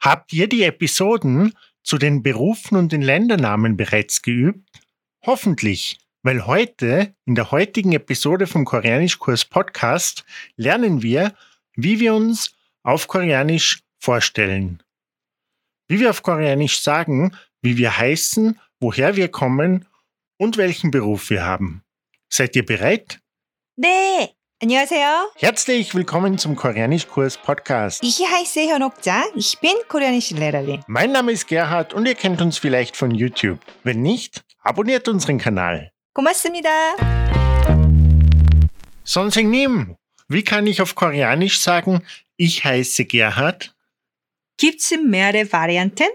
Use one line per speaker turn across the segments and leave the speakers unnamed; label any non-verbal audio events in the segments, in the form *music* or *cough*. Habt ihr die Episoden zu den Berufen und den Ländernamen bereits geübt? Hoffentlich, weil heute, in der heutigen Episode vom Koreanischkurs Podcast, lernen wir, wie wir uns auf Koreanisch vorstellen. Wie wir auf Koreanisch sagen, wie wir heißen, woher wir kommen und welchen Beruf wir haben. Seid ihr bereit?
네, 안녕하세요.
Herzlich willkommen zum Koreanischkurs Podcast.
이히하이스의 현옥자, ich bin koreanische Lehrerin.
Mein Name ist Gerhard und ihr kennt uns vielleicht von YouTube. Wenn nicht, abonniert unseren Kanal.
고맙습니다.
Sonsingnim, wie kann ich auf Koreanisch sagen, ich heiße Gerhard?
Gibt's mehrere Varianten?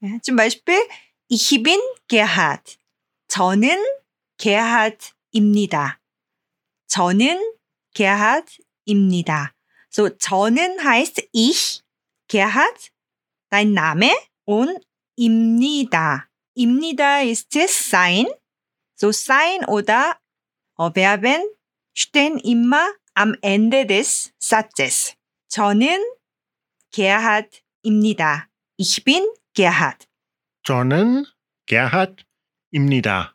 Ja, zum Beispiel, ich bin Gerhard. 저는 Gerhard입니다. 저는 Gerhard입니다. So, 저는 heißt ich, Gerhard, dein Name und 입니다. 입니다 ist es sein. So, sein oder Verben stehen immer am Ende des Satzes. 저는 Gerhard입니다. Ich bin Gerhard.
Johnnen, Gerhard, Imnida.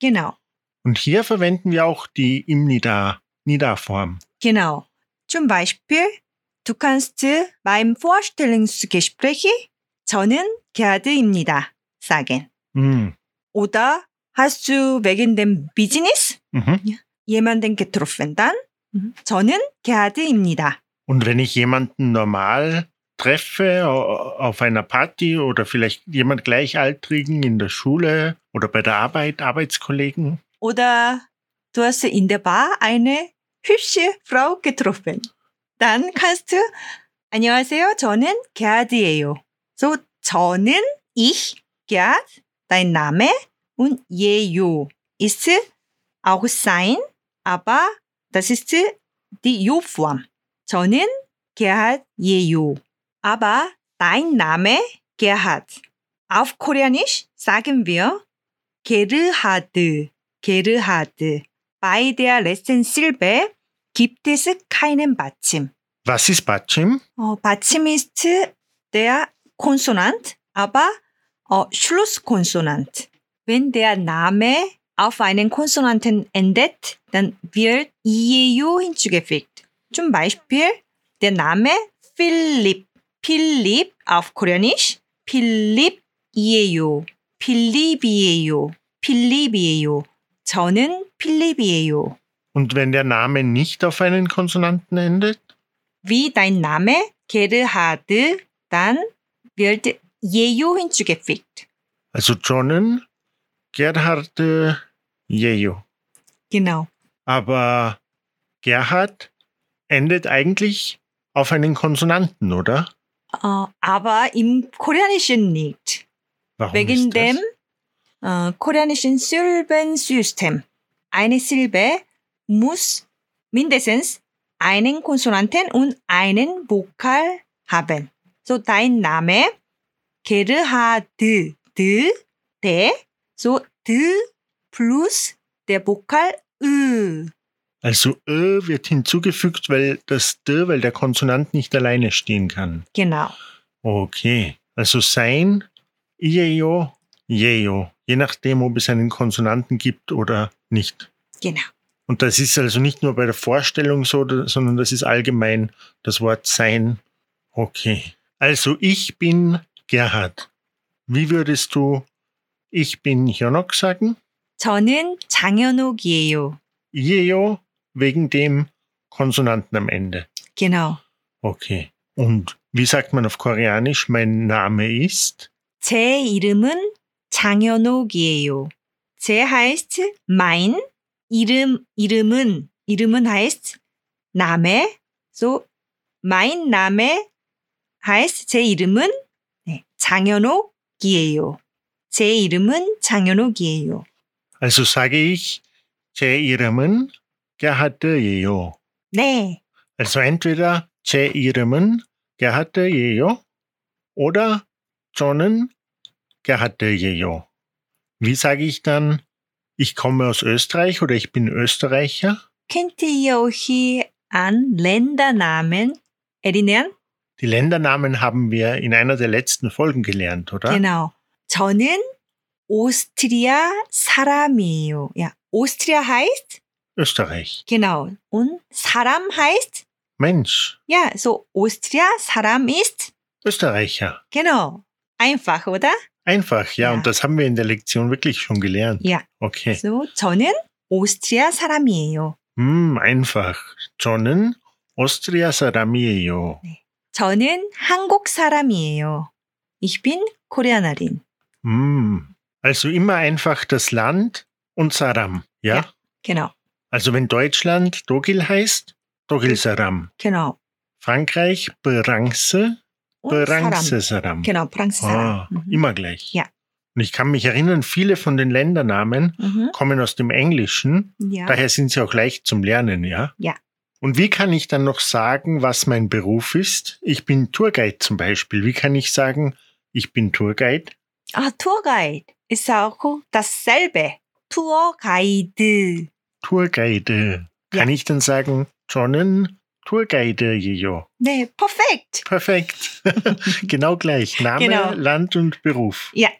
Genau.
Und hier verwenden wir auch die Imnida, Nida-Form.
Genau. Zum Beispiel, du kannst beim Vorstellungsgespräch 저는 게하드입니다 sagen.
Hm,
Oder hast du wegen dem Business
Mhm.
jemanden getroffen dann? 저는 게하드입니다.
Und wenn ich jemanden normal treffe au- auf einer Party oder vielleicht jemand Gleichaltrigen in der Schule oder bei der Arbeit, Arbeitskollegen,
Oder du hast in der Bar eine hübsche Frau getroffen. Dann kannst du 안녕하세요. 저는 게하드예요. So 저는 ich 게하드 dein Name und 예요 ist auch sein, aber das ist die Jo-Form. 저는 게하드 예요. Aber dein Name 게하드. Auf Koreanisch sagen wir 게르하드. 게르하드. Bei der letzten Silbe gibt es keinen Batschim.
was ist Batschim?
어, 받침 ist der Konsonant, aber 어, Schlusskonsonant. Wenn der Name auf einen Konsonanten endet, dann wird IEU hinzugefügt. Zum Beispiel der Name Philipp. Philipp auf Koreanisch. Philipp IEU. Philipp이에요. Philipp이에요. 저는 필립이에요.
Und wenn der Name nicht auf einen Konsonanten endet?
wie dein Name Gerhard, dann wird Jeju hinzugefügt.
Also Johnnen, Gerhard, äh, Jejo.
Genau.
Aber Gerhard endet eigentlich auf einen Konsonanten, oder?
Äh, aber im Koreanischen nicht.
Warum
Wegen
ist das?
dem äh, koreanischen Silbensystem. Eine Silbe muss mindestens einen Konsonanten und einen Vokal haben. So dein Name Gerhard, d, d, so d plus der Vokal ö.
Also Ö wird hinzugefügt, weil das D, weil der Konsonant nicht alleine stehen kann.
Genau.
Okay. Also sein, Jejo, Jejo. Je nachdem, ob es einen Konsonanten gibt oder nicht.
Genau.
Und das ist also nicht nur bei der Vorstellung so, da- sondern das ist allgemein das Wort sein. Okay. Also ich bin Gerhard. Wie würdest du ich bin Hionok sagen?
저는 장현옥이에요.
Jejo wegen dem Konsonanten am Ende.
Genau.
Okay. Und wie sagt man auf Koreanisch, mein Name ist?
제 이름은 장현옥이에요. 제 heißt mein 이름 이름은 이름은 heißt 남의 so mein Name heißt 제 이름은 네, 장현옥이에요. 제 이름은 장현옥이에요.
Also sage ich 제 이름은 Gerhard Jejo.
네.
Also entweder 제 이름은 Gerhard Jejo oder 저는 Gerhard Jejo. Wie sage ich dann, ich komme aus Österreich oder ich bin Österreicher?
Könnt ihr euch an Ländernamen erinnern?
Die Ländernamen haben wir in einer der letzten Folgen gelernt, oder?
Genau. 저는 오스트리아 사람이에요. Ja, Austria heißt,
Österreich.
genau. Und 사람 heißt,
Mensch,
ja, so Austria 사람 ist,
Österreicher.
genau. Einfach, oder?
Einfach, ja,
Ja.
und das haben wir in der Lektion wirklich schon gelernt.
Ja.
Okay.
So 저는 오스트리아 사람이에요.
Hm, einfach. 저는 Austria 사람이에요.
저는 한국 사람이에요. Ich bin Koreanerin.
Hm. Also immer einfach das Land und Saram, ja?
Ja. Genau.
Also wenn Deutschland Dogil heißt, Dogil Saram.
Genau.
Frankreich Berangse,
Und
Berangse
사람.
Saram.
Genau, 프랑스 사람.
Ah,
Mhm.
immer gleich.
Ja.
Und ich kann mich erinnern, viele von den Ländernamen
Mhm.
kommen aus dem Englischen.
Ja.
Daher sind sie auch leicht zum Lernen, ja?
Ja.
Und wie kann ich dann noch sagen, was mein Beruf ist? Ich bin Tourguide zum Beispiel. Wie kann ich sagen, ich bin Tourguide?
아, Tourguide ist auch dasselbe. Tourguide.
Tourguide.
Ja.
Kann ich dann sagen, Johnnen Tourguide, Jejo.
네, perfekt.
Perfekt. *laughs* genau gleich. Name,
Genau.
Land und Beruf.
Ja.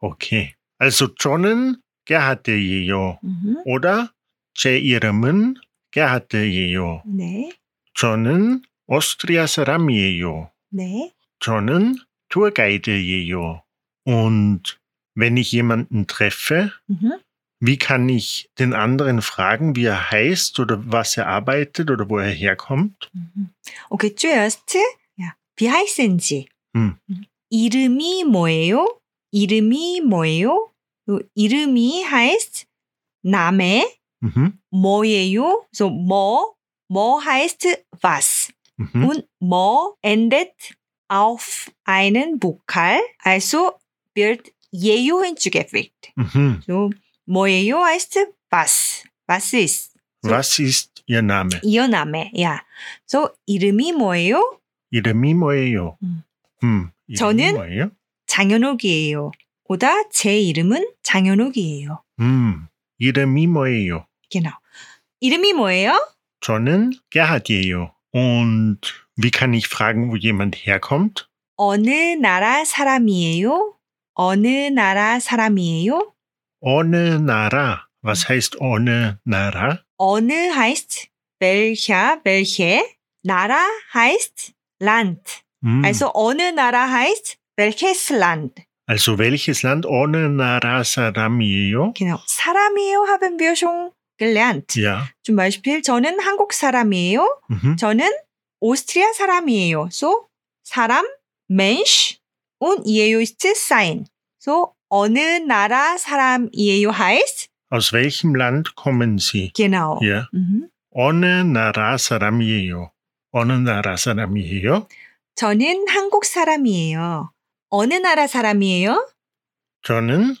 Okay. Also Johnnen Gerhard, Jejo.
Mhm.
Oder Jeiremmen Gerhard, Jejo.
네,
Johnnen Ostrias Ram, Jejo.
네.
저는 Tourguide예요. Und wenn ich jemanden treffe,
Mhm.
wie kann ich den anderen fragen, wie er heißt oder was er arbeitet oder wo er herkommt?
Mhm. Okay, zuerst, ja, wie heißen Sie?
음.
이름이 뭐예요? 이름이 뭐예요? 요 이름이 heißt Name,
Mhm.
뭐예요? So, 뭐, 뭐 heißt was.
Mhm.
Und 뭐 endet auf einen Vokal, also wird 예요 hinzugefügt.
Mhm.
So, 뭐예요 heißt was. Was ist?
Was ist Ihr Name?
Ihr Name, ja. So, 이름이 뭐예요?
이름이 뭐예요?
음.
음, 이름이
저는-
뭐예요?
장현옥이에요. 오다 제 이름은 장현옥이에요.
음, 이름이 뭐예요?
Genau. 이름이 뭐예요?
저는 Gerhard이에요. Und wie kann ich fragen, wo jemand herkommt?
어느 나라 사람이에요? 어느 나라 사람이에요?
Ohne Nara. Was heißt ohne Nara?
어느 heißt welcher, welche? 나라 heißt Land.
Hm.
Also 어느 나라 heißt welches Land.
Also welches Land ohne Narasaramio?
Genau. 사람이에요 haben wir schon gelernt.
Ja.
Zum Beispiel 저는 한국 사람이에요.
Mhm.
저는 오스트리아 사람이에요. So 사람, Mensch und 이에요 ist sein. So 어느 나라 사람이에요 heißt
Aus welchem Land kommen Sie?
genau.
Ja.
Mhm.
Ohne Narasaramio. Ohne Narasaramio.
저는 한국 사람이에요. 어느 나라 사람이에요?
저는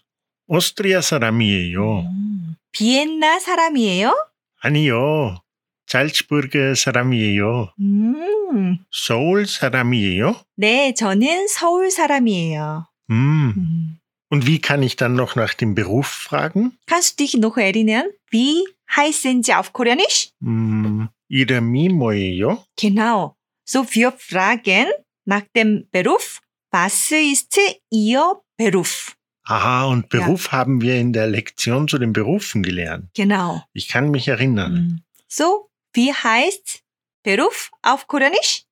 오스트리아 사람이에요.
음, 비엔나 사람이에요?
아니요. 잘츠부르크 사람이에요.
음,
서울 사람이에요.
네, 저는 서울 사람이에요.
Hm.
음.
Und wie kann ich dann noch nach dem Beruf fragen?
Kannst du dich noch erinnern? Wie heißen Sie auf Koreanisch?
Hm. 이름이 뭐예요?
Genau. So, wir fragen nach dem Beruf. Was ist Ihr Beruf?
Aha, und
Ja.
Beruf haben wir in der Lektion zu den Berufen gelernt.
Genau.
Ich kann mich erinnern.
음. So, wie heißt Beruf auf Koreanisch?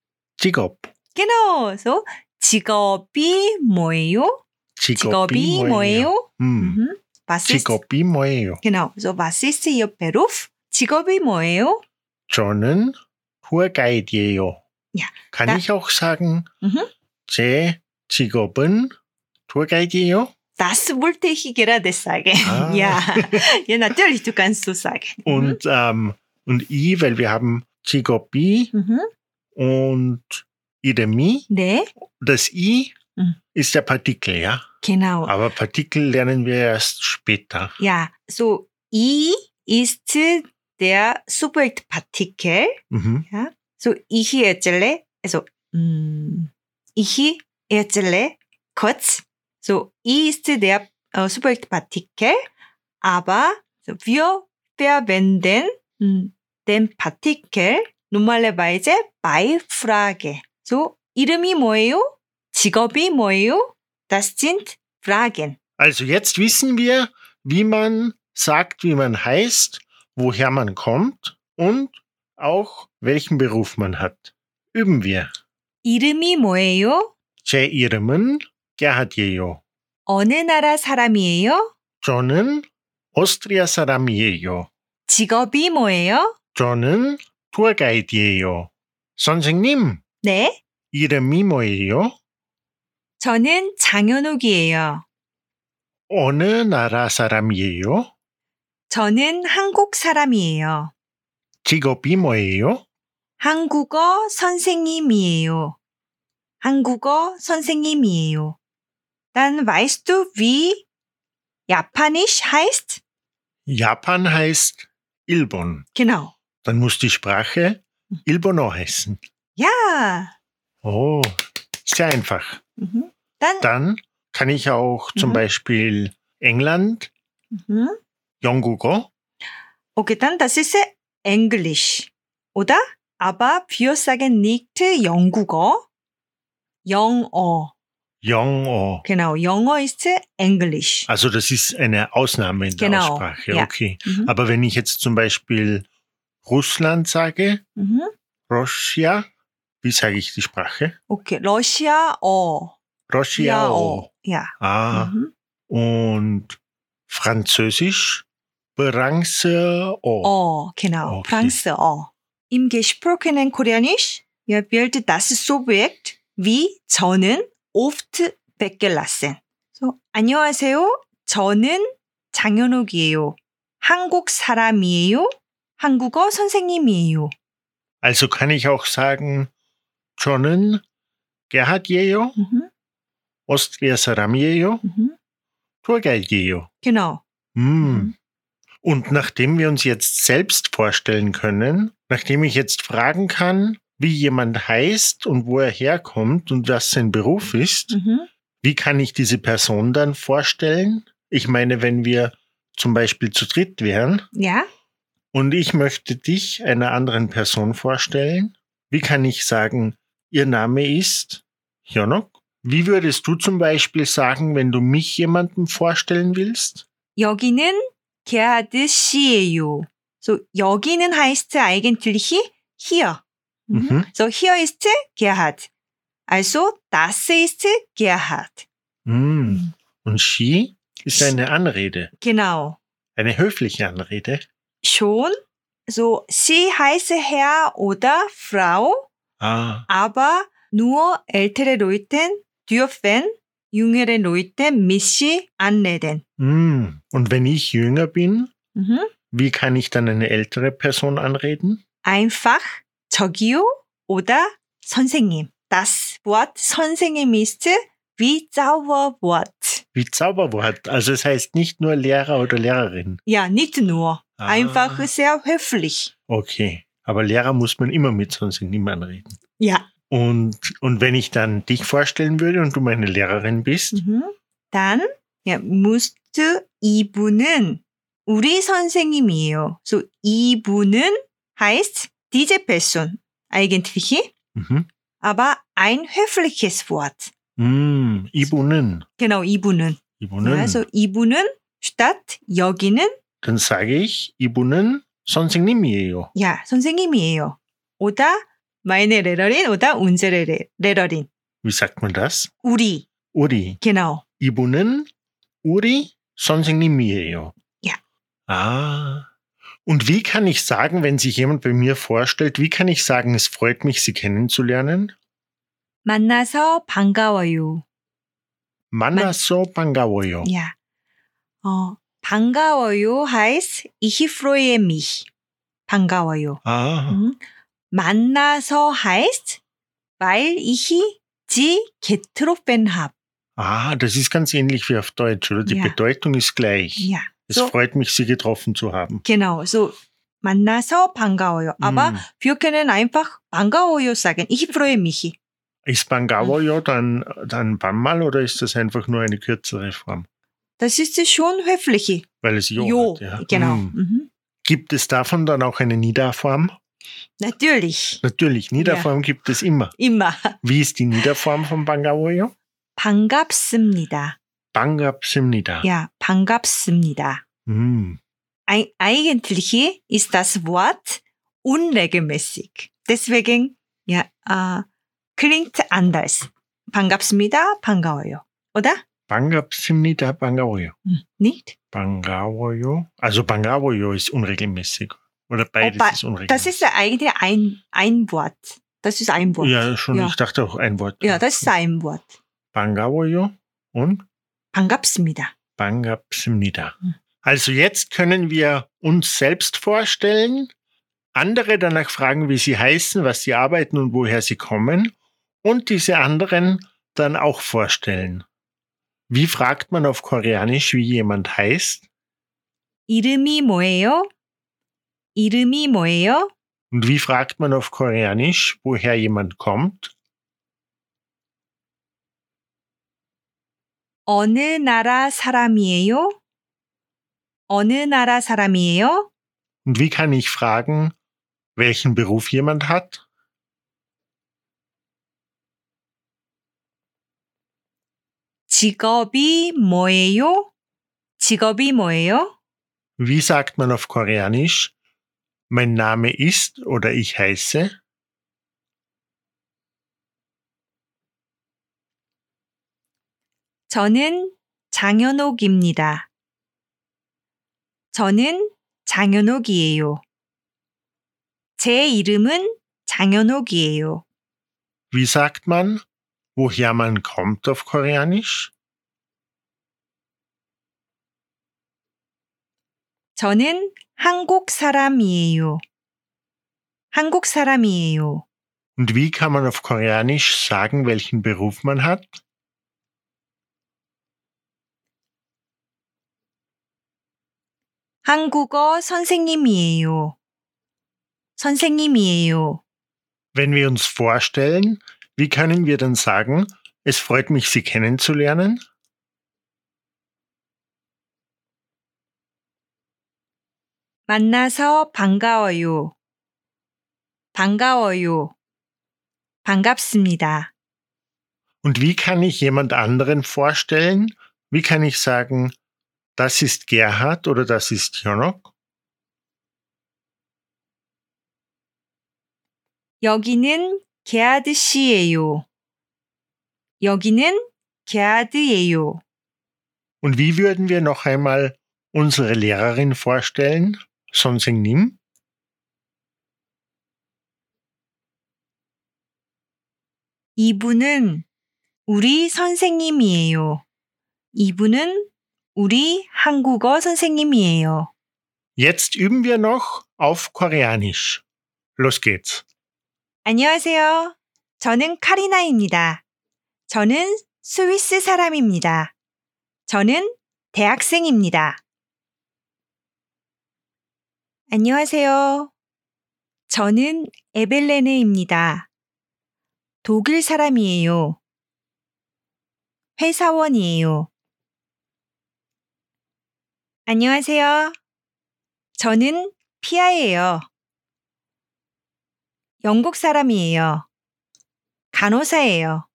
직업.
Genau. So, 직업이 뭐예요? 직업이 뭐예요? Mhm.
음.
음. Was ist,
직업이 뭐예요?
genau. So, was ist Ihr Beruf? 직업이 뭐예요?
저는 Tourguide예요.
Ja,
Kann
da-
ich auch sagen,
Mhm.
제 직업은 Tourguide예요?
Das wollte ich gerade sagen.
Ah.
*laughs* Ja. ja, natürlich, du kannst so sagen.
Und,
Mhm.
ähm, und I, weil wir haben 직업이
Mhm.
und 이름이.
네,
Das I
Mhm.
ist der Partikel, ja.
genau.
Aber Partikel lernen wir erst später.
Ja, so I ist der Subjektpartikel.
Mhm.
So ich erzähle, also 음, ich erzähle kurz. So I ist der äh, Subjektpartikel, aber so, wir verwenden 음, den Partikel normalerweise bei Frage. So 이름이 뭐예요? 직업이 뭐예요? Das sind Fragen.
Also jetzt wissen wir, wie man sagt, wie man heißt, woher man kommt und auch welchen Beruf man hat. Üben wir.
이름이 뭐예요?
제 이름은 게하디예요.
어느 나라 사람이에요?
저는 오스트리아 사람이에요.
직업이 뭐예요?
저는 투어가이드예요. 선생님,
네,
이름이 뭐예요?
저는 장현옥이에요.
어느 나라 사람이에요?
저는 한국 사람이에요.
직업이 뭐예요?
한국어 선생님이에요. 한국어 선생님이에요. Dann weißt du, wie Japanisch heißt?
Japan heißt Ilbon.
Genau.
Dann muss die Sprache Ilbono heißen.
Ja.
Oh, sehr einfach.
Mhm. Dann,
Dann kann ich auch zum
Mhm.
Beispiel England,
mhm.
Yongugo.
okay, dann das ist Englisch, oder? Aber wir sagen nicht Jonggugo, Jongo.
Yongo.
Genau, Jongo ist Englisch.
Also das ist eine Ausnahme in der
Genau,
Aussprache.
ja.
Okay.
Mhm.
Aber wenn ich jetzt zum Beispiel Russland sage,
Mhm.
Russia, wie sage ich die Sprache?
Okay, 러시아어. 어.
Russia.
Ja.
Ah,
Mhm.
und Französisch, Bronze. Oh.
어, genau.
Okay.
프랑스어. Im gesprochenen Koreanisch wird das Subjekt wie 저는 oft weggelassen. So, 안녕하세요. 저는 장현옥이에요. 한국 사람이에요. 한국어 선생님이에요.
Also kann ich auch sagen, 저는 Gerhardjejo,
Mhm,
Ostria Saramjejo,
mhm.
Turgeiljejo.
Genau.
Hm.
Mhm.
Und nachdem wir uns jetzt selbst vorstellen können, nachdem ich jetzt fragen kann, wie jemand heißt und wo er herkommt und was sein Beruf ist,
Mhm.
Wie kann ich diese Person dann vorstellen? Ich meine, wenn wir zum Beispiel zu dritt wären
Ja.
und ich möchte dich einer anderen Person vorstellen, wie kann ich sagen, ihr Name ist Jonok? Wie würdest du zum Beispiel sagen, wenn du mich jemandem vorstellen willst?
여기는 게하드 씨예요. So, 여기는 heißt eigentlich hier.
Mhm.
So, hier ist Gerhard. Also, das ist Gerhard.
Hm.
Mhm.
Und she ist eine Anrede,
Genau.
eine höfliche Anrede.
Schon. So, sie heißt Herr oder Frau,
Ah,
aber nur ältere Leute dürfen jüngere Leute mich anreden.
hm. Und wenn ich jünger bin,
Mhm.
wie kann ich dann eine ältere Person anreden?
einfach 저기요 oder 선생님. Das Wort 선생님 ist wie Zauberwort.
Wie Zauberwort. Also es heißt nicht nur Lehrer oder Lehrerin.
Ja, nicht nur.
Ah,
Einfach sehr höflich.
Okay. Aber Lehrer muss man immer mit, sonst in niemand reden.
Ja.
Und, und wenn ich dann dich vorstellen würde und du meine Lehrerin bist,
Mhm. Dann ja, musst du 이분은 우리 선생님이에요. So 이분은 heißt diese Person eigentlich,
mhm.
aber ein höfliches Wort.
Mm, Ibunen.
Genau, 이분은.
Ibunen.
Also 이분은 statt 여기는
dann sage ich Ibunen, sonst nimmieo.
야, 선생님이에요. 오다, meine Lehrerin 오다, unsere Le- Lehrerin.
Wie sagt man das?
우리,
Uri.
genau.
Ibunen, Uri, sonst nimmieo.
Ja.
Ah. Und wie kann ich sagen, wenn sich jemand bei mir vorstellt, wie kann ich sagen, es freut mich, Sie kennenzulernen?
만나서 반가워요.
만나서 반가워요.
야, 어, 반가워요 heißt ich freue mich. 반가워요.
아,
음, 만나서 heißt weil ich sie getroffen habe.
ah, das ist ganz ähnlich wie auf Deutsch, oder? Die
Ja.
Bedeutung ist gleich.
Ja,
Es
so.
freut mich, Sie getroffen zu haben.
genau. So 만나서 반가워요. Aber
Mm.
wir können einfach 반가워요 sagen. Ich freue mich.
Ist
Mhm.
Bangawoyo dann, dann Bammal oder ist das einfach nur eine kürzere Form?
Das ist schon höflich.
Weil es Jo,
Jo,
hat, ja.
genau.
Mm.
Mhm.
Gibt es davon dann auch eine Nida-Form?
네, Natürlich.
Natürlich, Niederform gibt es immer.
Immer.
Wie ist die Niederform von 반가워요?
반갑습니다.
반갑습니다.
Ja, 반갑습니다.
Hm.
Ei- Eigentlich ist das Wort unregelmäßig. Deswegen ja, äh, klingt anders. 반갑습니다, 반가워요. Oder?
반갑습니다, 반가워요.
Hm, Nicht?
반가워요. Also 반가워요 ist unregelmäßig. Oder beides
ba-
ist
Das
unregelmäßig.
ist eigentlich ein, ein Wort. Das ist ein Wort.
ja, schon,
Ja.
ich dachte auch ein Wort.
Ja, das ist ein Wort.
반가워요 und
반갑습니다.
반갑습니다.
Hm.
Also jetzt können wir uns selbst vorstellen, andere danach fragen, wie sie heißen, was sie arbeiten und woher sie kommen und diese anderen dann auch vorstellen. Wie fragt man auf Koreanisch, wie jemand heißt?
이름이 뭐예요? 이름이 뭐예요?
Und wie fragt man auf Koreanisch, woher jemand kommt?
어느 나라 사람이에요? 어느 나라 사람이에요?
Und wie kann ich fragen, welchen Beruf jemand hat?
직업이 뭐예요? 직업이 뭐예요?
Wie sagt man auf Koreanisch, mein Name ist oder ich heiße?
저는 장현옥입니다. 저는 장현옥이에요. 제 이름은 장현옥이에요.
Wie sagt man, woher man kommt auf Koreanisch?
저는 한국 사람이에요. 한국 사람이에요.
Und wie kann man auf Koreanisch sagen, welchen Beruf man hat?
한국어 선생님이에요. 선생님이에요.
Wenn wir uns vorstellen, wie können wir dann sagen, es freut mich, Sie kennenzulernen?
만나서 반가워요. 반가워요. 반갑습니다.
Und wie kann ich jemand anderen vorstellen? Wie kann ich sagen, das ist Gerhard oder das ist Jonok?
여기는 게아드 씨예요. 여기는 게아드예요.
Und wie würden wir noch einmal unsere Lehrerin vorstellen? Sonsing Nim?
이분은 우리 선생님이에요. 이분은 우리 한국어 선생님이에요.
Jetzt üben wir noch auf Koreanisch. Los geht's.
안녕하세요. 저는 카리나입니다. 저는 스위스 사람입니다. 저는 대학생입니다. 안녕하세요. 저는 에벨레네입니다. 독일 사람이에요. 회사원이에요. 안녕하세요. 저는 피아예요. 영국 사람이에요. 간호사예요.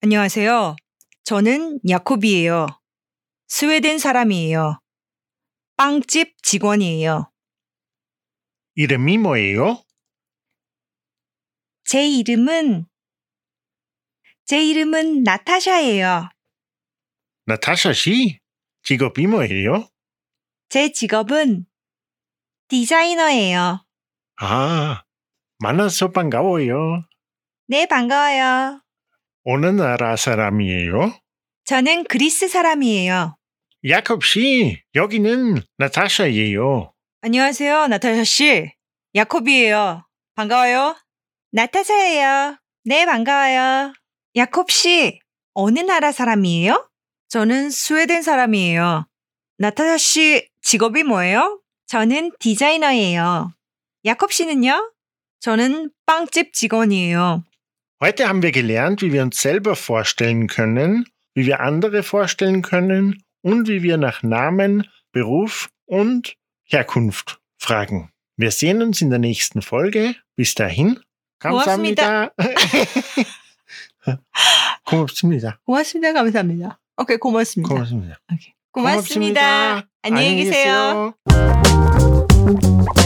안녕하세요. 저는 야콥이에요. 스웨덴 사람이에요. 빵집 직원이에요.
Ihre Mimoeo?
제 이름은 제 이름은 나타샤예요.
Natascha Shi? Chigo Bimoeo?
제 직업은 디자이너예요.
Ah, Manaso Bangaoeo.
네, 반가워요.
Onanara Saramieo?
저는 그리스 사람이에요.
Jakob Shi? Joginen? Natascha Jeo?
안녕하세요, 나타샤 씨. 야콥이에요. 반가워요. 나타샤예요. 네, 반가워요. 야콥 씨, 어느 나라 사람이에요? 저는 스웨덴 사람이에요. 나타샤 씨, 직업이 뭐예요? 저는 디자이너예요. 야콥 씨는요? 저는 빵집 직원이에요.
Heute haben wir gelernt, wie wir uns selber vorstellen können, wie wir andere vorstellen können und wie wir nach Namen, Beruf und Herkunft fragen. Wir sehen uns in der nächsten Folge. Bis dahin.
고맙습니다.
*laughs* 고맙습니다.
고맙습니다. 감사합니다. 오케이, 고맙습니다.
고맙습니다.
고맙습니다. 안녕히 계세요.
계세요.